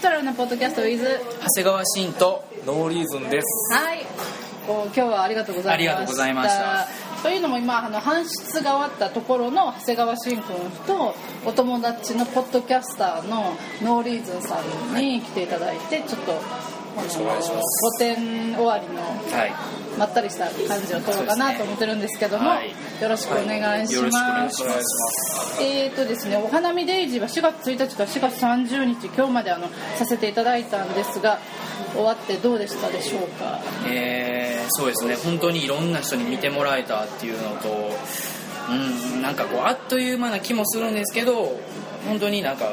トラルのポッドキャストウィズ長谷川慎とノーリーズンですはいこう今日はありがとうございましたありがとうございましたというのも今あの搬出が終わったところの長谷川慎君とお友達のポッドキャスターのノーリーズンさんに来ていただいて、ちょっとあろのしくお願いします露店終わりのはいまったりした感じを撮ろうかなと思ってるんですけども、はいよろしくお願いしよろしくお願まいすしますえーとですね、お花見デイジーは4月1日から4月30日今日まであのさせていただいたんですが終わってどうでしたでしょうかえーそうですね本当にいろんな人に見てもらえたっていうのとうんなんかこうあっという間な気もするんですけど本当になんか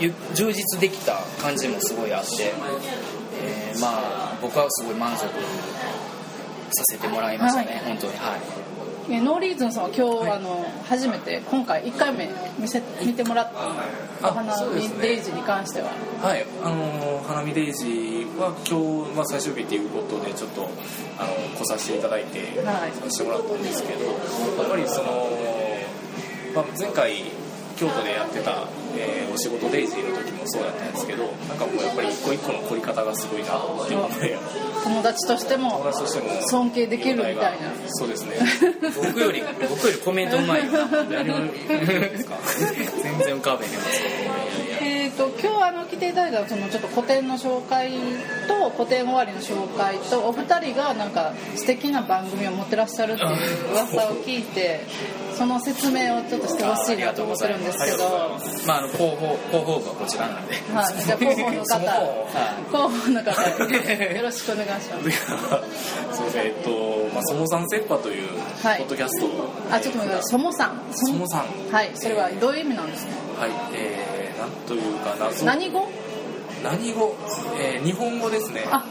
ゆ充実できた感じもすごいあって、えーまあ僕はすごい満足させてもらいましたね、はい本当にはいえーノーリーズンさんは今日、はいあの初めて今回1回目見せ見てもらったおあ花そうで見すねデイジーに関しては、はい、あのー花見デイジーは今日、まあ、最終日ということでちょっと、あのー来させていただいて、はいさせてもらったんですけどやっぱりその、まあ、前回京都でやってた、えーお仕事デイジーの時もそうだったんですけどなんかもうやっぱり一個一個の凝り方がすごいなっていうので友達として友も達としても尊敬できるみたいなそうですね 僕より僕よりコメントうまいよな 何を言うんですか 全然浮かべへんですけえー、と今日あの来ていただいたそのちょっと個展の紹介と個展終わりの紹介とお二人がなんか素敵な番組を持ってらっしゃるっていう噂を聞いてその説明をちょっとしてほしいなと思ってるんですけど、はどまああの広報広報部はこちらなんでい、じゃあ広 報のその方は広報の方よろしくお願いします ですいませんえっと、まあ、そもさんセッパというポはいッドキャストを、あちょっと待ってくださいそもさんそもさんはいそれはどういう意味なんですかはい、えー、なんというか謎何語何語、えー、日本語ですねあ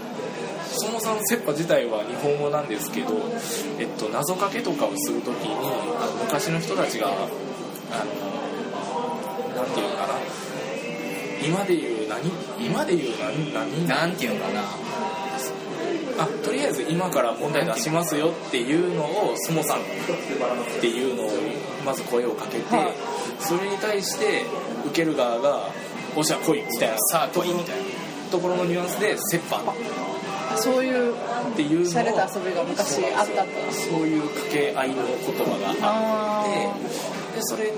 そもそもセッパ自体は日本語なんですけど、えっと、謎かけとかをするときにあの昔の人たちがあのなんていうかな今で言う何今で言うい何 何なんていうのかなあとりあえず今から問題出しますよっていうのをそもさんっていうのをまず声をかけて、はいそれに対して受ける側が「おっしゃ来い」みたいな「さあ来い」みたいなところのニュアンスで「セッパ」そういうっていうのを洒落た遊びが昔あったとそういう掛け合いの言葉がああってーでそれに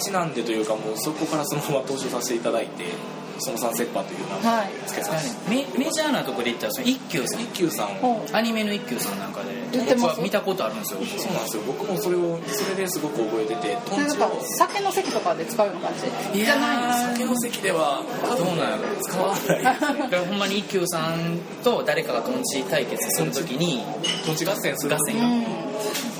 ちなんでというかもうそこからそのまま投資させていただいて「そもさんセッパ」という名前をはい付けさせて、メメジャーなとこで言ったらその一休さ一休さんをほうんアニメの一休さんなんかで言ってます僕は見たことあるんですよそうなんですよ僕もそれをそれですごく覚えててとんなんちかを酒の席とかで使うような感じじゃないんで酒の席ではどうなんやろ使わない だからほんまに一休さんと誰かがトンチ対決するときに土地合戦する合戦すがう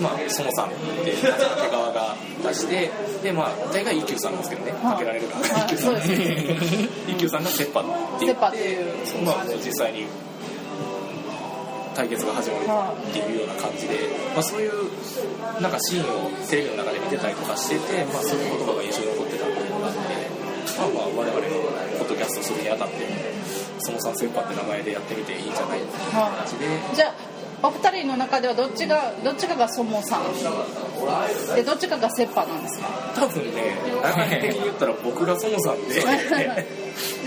まあそもさんで掛川が出してでまあ大概一休さんなんですけどねかけられるからはい一休さんなんですけどはいそうです 一休さんがセッパってセ言ッパっっていうてまあ実際に対決が始まるっていうような感じで、まあ、そういうなんかシーンをテレビの中で見てたりとかしてて、まあ、そういう言葉が印象に残ってたっていうのがあって、まあ、まあ我々のポッドキャストするにあたってそもさんセッパって名前でやってみていいんじゃないっていうんはい感じでじゃあお二人の中ではどっちがどっちかがそもさんでどっちかがセッパなんですか多分ね中身的に言ったら僕がそも さんでじゃ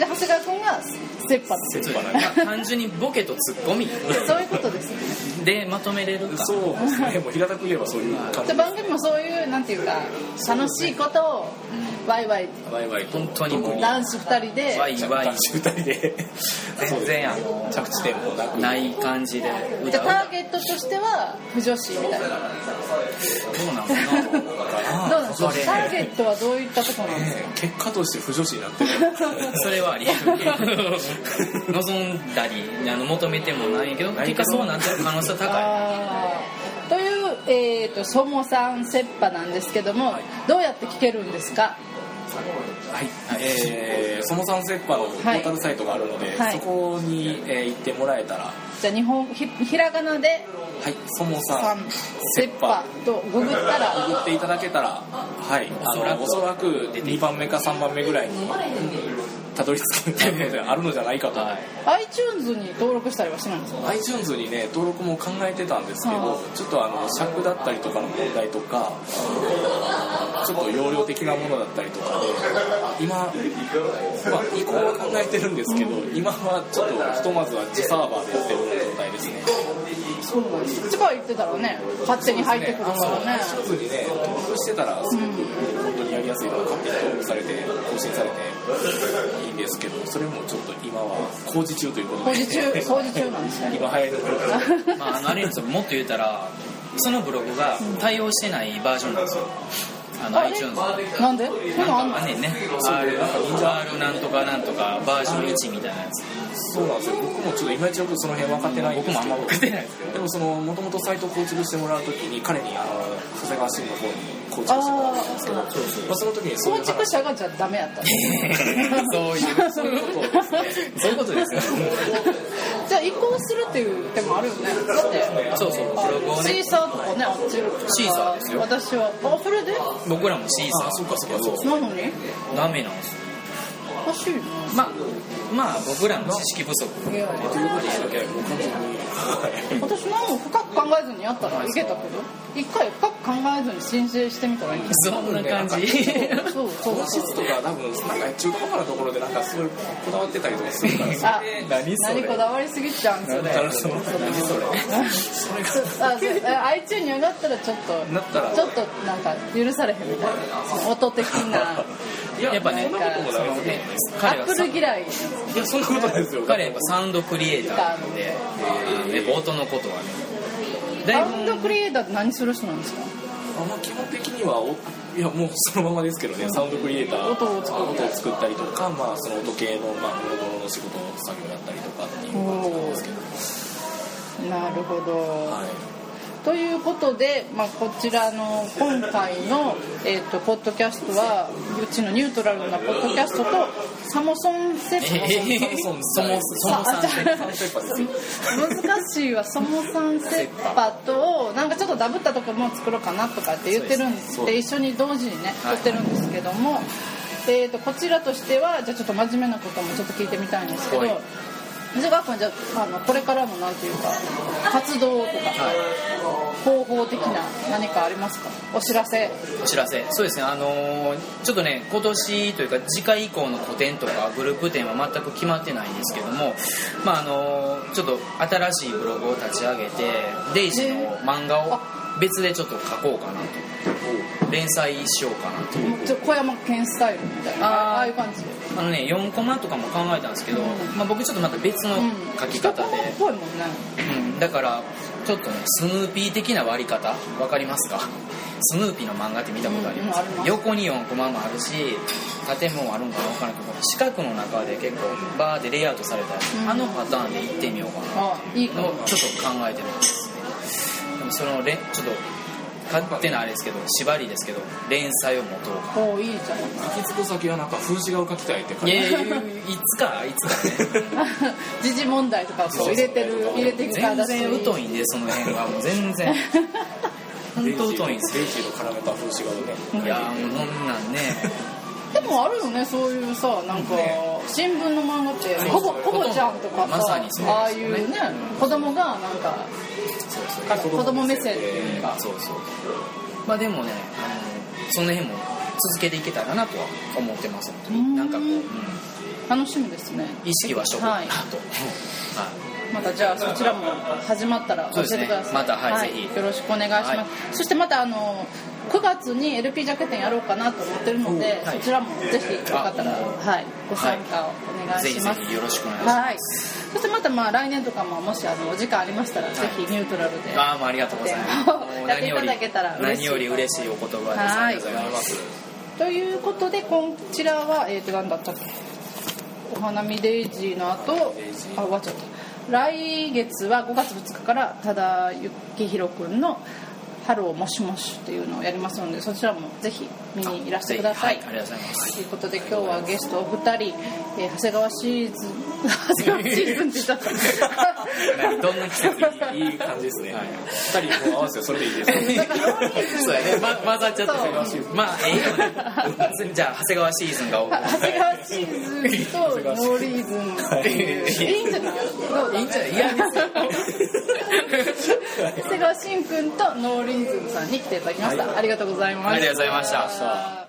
あ長谷川君がセッパですセッパなんまあか。単純にボケとツッコミそういうことですねでまとめれるかそうですね、もう平たく言えばそういう感じじゃあ番組もそういうなんていうか楽しいことをワイワイワイワイ と本当にもう男子二人でワイワイ2人で全然や着地点もなくない感じでじゃ歌あうターゲットとしては不女子みたいなどうなのかなどうなんですかそれターゲットはどういったところなんですか結果として不女子になってるそれはあり得る望んだりあの求めてもないけど結果そうなっちゃう可能性は高あーという、えー、とそもさんセッパなんですけども、どうやって聞けるんですかはい、えー、そもさんセッパーのポータルサイトがあるので、はいそこに、えー行ってもらえたら、はじゃあ日本ひひらがなでい、そも「ささんん、セッパ」とググったグらグっていただけたら、はい、あのおそらく2番目か3番目ぐらいにたどり着けるのであるのじゃないかと、いはい iTunes に登録したりはしないんですか iTunes にね登録も考えてたんですけど、はちょっとあの尺だったりとかの問題とかちょっと容量的なものだったりとかで今、まあ、移行は考えてるんですけど、今はちょっとひとまずは自サーバーでやってる状態ですねそうこっちから言ってたらね勝手に入ってくるかそうらねシンプルにね登録してたらすごく本当にやりやすいのが勝手に登録されて更新されていいんですけどそれもちょっと今は工事中ということで工事中掃除中なんですね今流行りのブログまあ、あのあれですよもっと言うたらそのブログが対応してないバージョンなんですよあ のあれ iTunes なんでそんなのあんのあねんね R, R なんとかなんとかバージョン1みたいなやつそうなんですよ僕もちょっといまいちよくその辺分かってないん僕ですもあんけどま分かってないですけどでもそのもともとサイトを構築してもらうときに彼にあの長谷川慎の方に構築してもらったんですけどあーまあ、その時にそうい構う築話者がじゃあダメやったのそういうそういうことですねそういうことですよ じゃあ移行するっていう手もあるよねだってそうそうブログをシーねサーとかねあっちシーサーですよ私はあそれで僕らもシーサあそっかそっかそっかなのにーダメなんですよおかしいなまあまあ僕らの知識不足いやということでしたけ僕は私何も深く考えずにやったらいけたけど一回深く考えずに申請してみたらいいんですそんな感じそうこそうの質とか多分なんか中途半端なところでなんかそういうこだわってたりとかするからそあれ何そ何れこだわりすぎちゃうんそれ何それ何それそれがあそうえ iTunes に上がったらちょっとなったらちょっとなんか許されへんみたいなその音的ないややっぱねそんなこともないねですア彼ッはプル嫌いいやそんなことないですよ彼はやっぱサウンドクリエイターなんであのやっぱ音のことはねだサいウンドクリエイターって何する人なんですかあまあ基本的にはおいやもうそのままですけどねサウンドクリエイター音を作る音を作ったりとか、まあ、その音系の、まあ、モードの仕事の作業をやったりとかっていう感じなんですけど、なるほど、はい、ということで、まあ、こちらの今回の、えっとポッドキャストはうちのニュートラルなポッドキャストとサモソンセッえトーそもそもそもさんってサウンドペッパーですよ難しいわそもさんセッパとなんかちょっとダブったとこも作ろうかなとかって言ってるんですそうでで一緒に同時にねは撮っているんですけども、えー、とこちらとしてはじゃあちょっと真面目なこともちょっと聞いてみたいんですけどはいじゃあガッコンじゃああのこれからのなんていうか活動とか、方法的な何かありますかお知らせお知らせそうですねあのーちょっとね今年というか次回以降の個展とかグループ展は全く決まってないんですけどもまああのーちょっと新しいブログを立ち上げてデイジーの漫画を別でちょっと書こうかなと連載しようかなともうちょ小山健スタイルみたいなあああーあいう感じあのね4コマとかも考えたんですけど、まあ、僕ちょっとまた別の書き方で、人っぽいもんねうん、だからちょっとねスヌーピー的な割り方わかりますかスヌーピーの漫画って見たことあります,、うんうんあります横に4コマもあるし縦もあるんかな分からんけど四角の中で結構バーでレイアウトされたやつ、うんあのパターンで行ってみようかあいいかなのもをちょっと考えてますでもそのれちょっと勝手なあれですけど縛りですけど連載を持とうかおーいいじゃん行き着く先はなんか風刺画を描きたいって書いいやていやいつかいつかね時事問題とかを こう入れてる入れていく全形然疎いんでその辺はもう全 然あ本るデイジ当ー疎いんのですデイジーの絡めた風刺画をよねいやーもうそんなんねでもあるよねそういうさなんか新聞の漫画ってコボコボちゃんとかさまさにそうですよねああいうね子供がなんかそうそう子供目線っていうかあそうそうまあでもねあのその辺も続けていけたらなとは思ってます本当うにんなんかこう、うん楽しみですね意識はしとこうかなと、はいまたじゃあそちらも始まったら教えてくださいそうですねまたはいぜひよろしくお願いします、はいそしてまたあの9月に LP ジャケットやろうかなと思ってるので、おはいそちらもぜひよかったら、あはい、ご参加をお願いぜしひます、ぜひよろしくお願いします、はい、そしてまたまあ来年とかももしあのお時間ありましたら、ぜひニュートラルでああもうありがとうございますもうやっていただけたら嬉しい何より嬉しいお言葉です、はいありがとうございますということでこちらはえっ、と何だったっけお花見デイジーの後デイジーあ終わっちゃった来月は5月2日から多田幸宏くんの「ハローもしもし」っていうのをやりますのでそちらもぜひ見にいらしてくださいぜひはいありがとうございますということで今日はゲストお二人、えー長谷川シーズン長谷川シーズンって言っ ちゃった何どんな季節いいいい感じですねはい二人もう合わせてそれでいいですそう やね、ま、混ざっちゃったけどまあええよ ねじゃあ長谷川シーズンが多い長谷川シーズンとノーリーズンっていういいんじゃないどういいんじゃない嫌ですよ瀬川慎くんとノーリンズムさんに来ていただきました、ありがとうございましたありがとうございましたさあ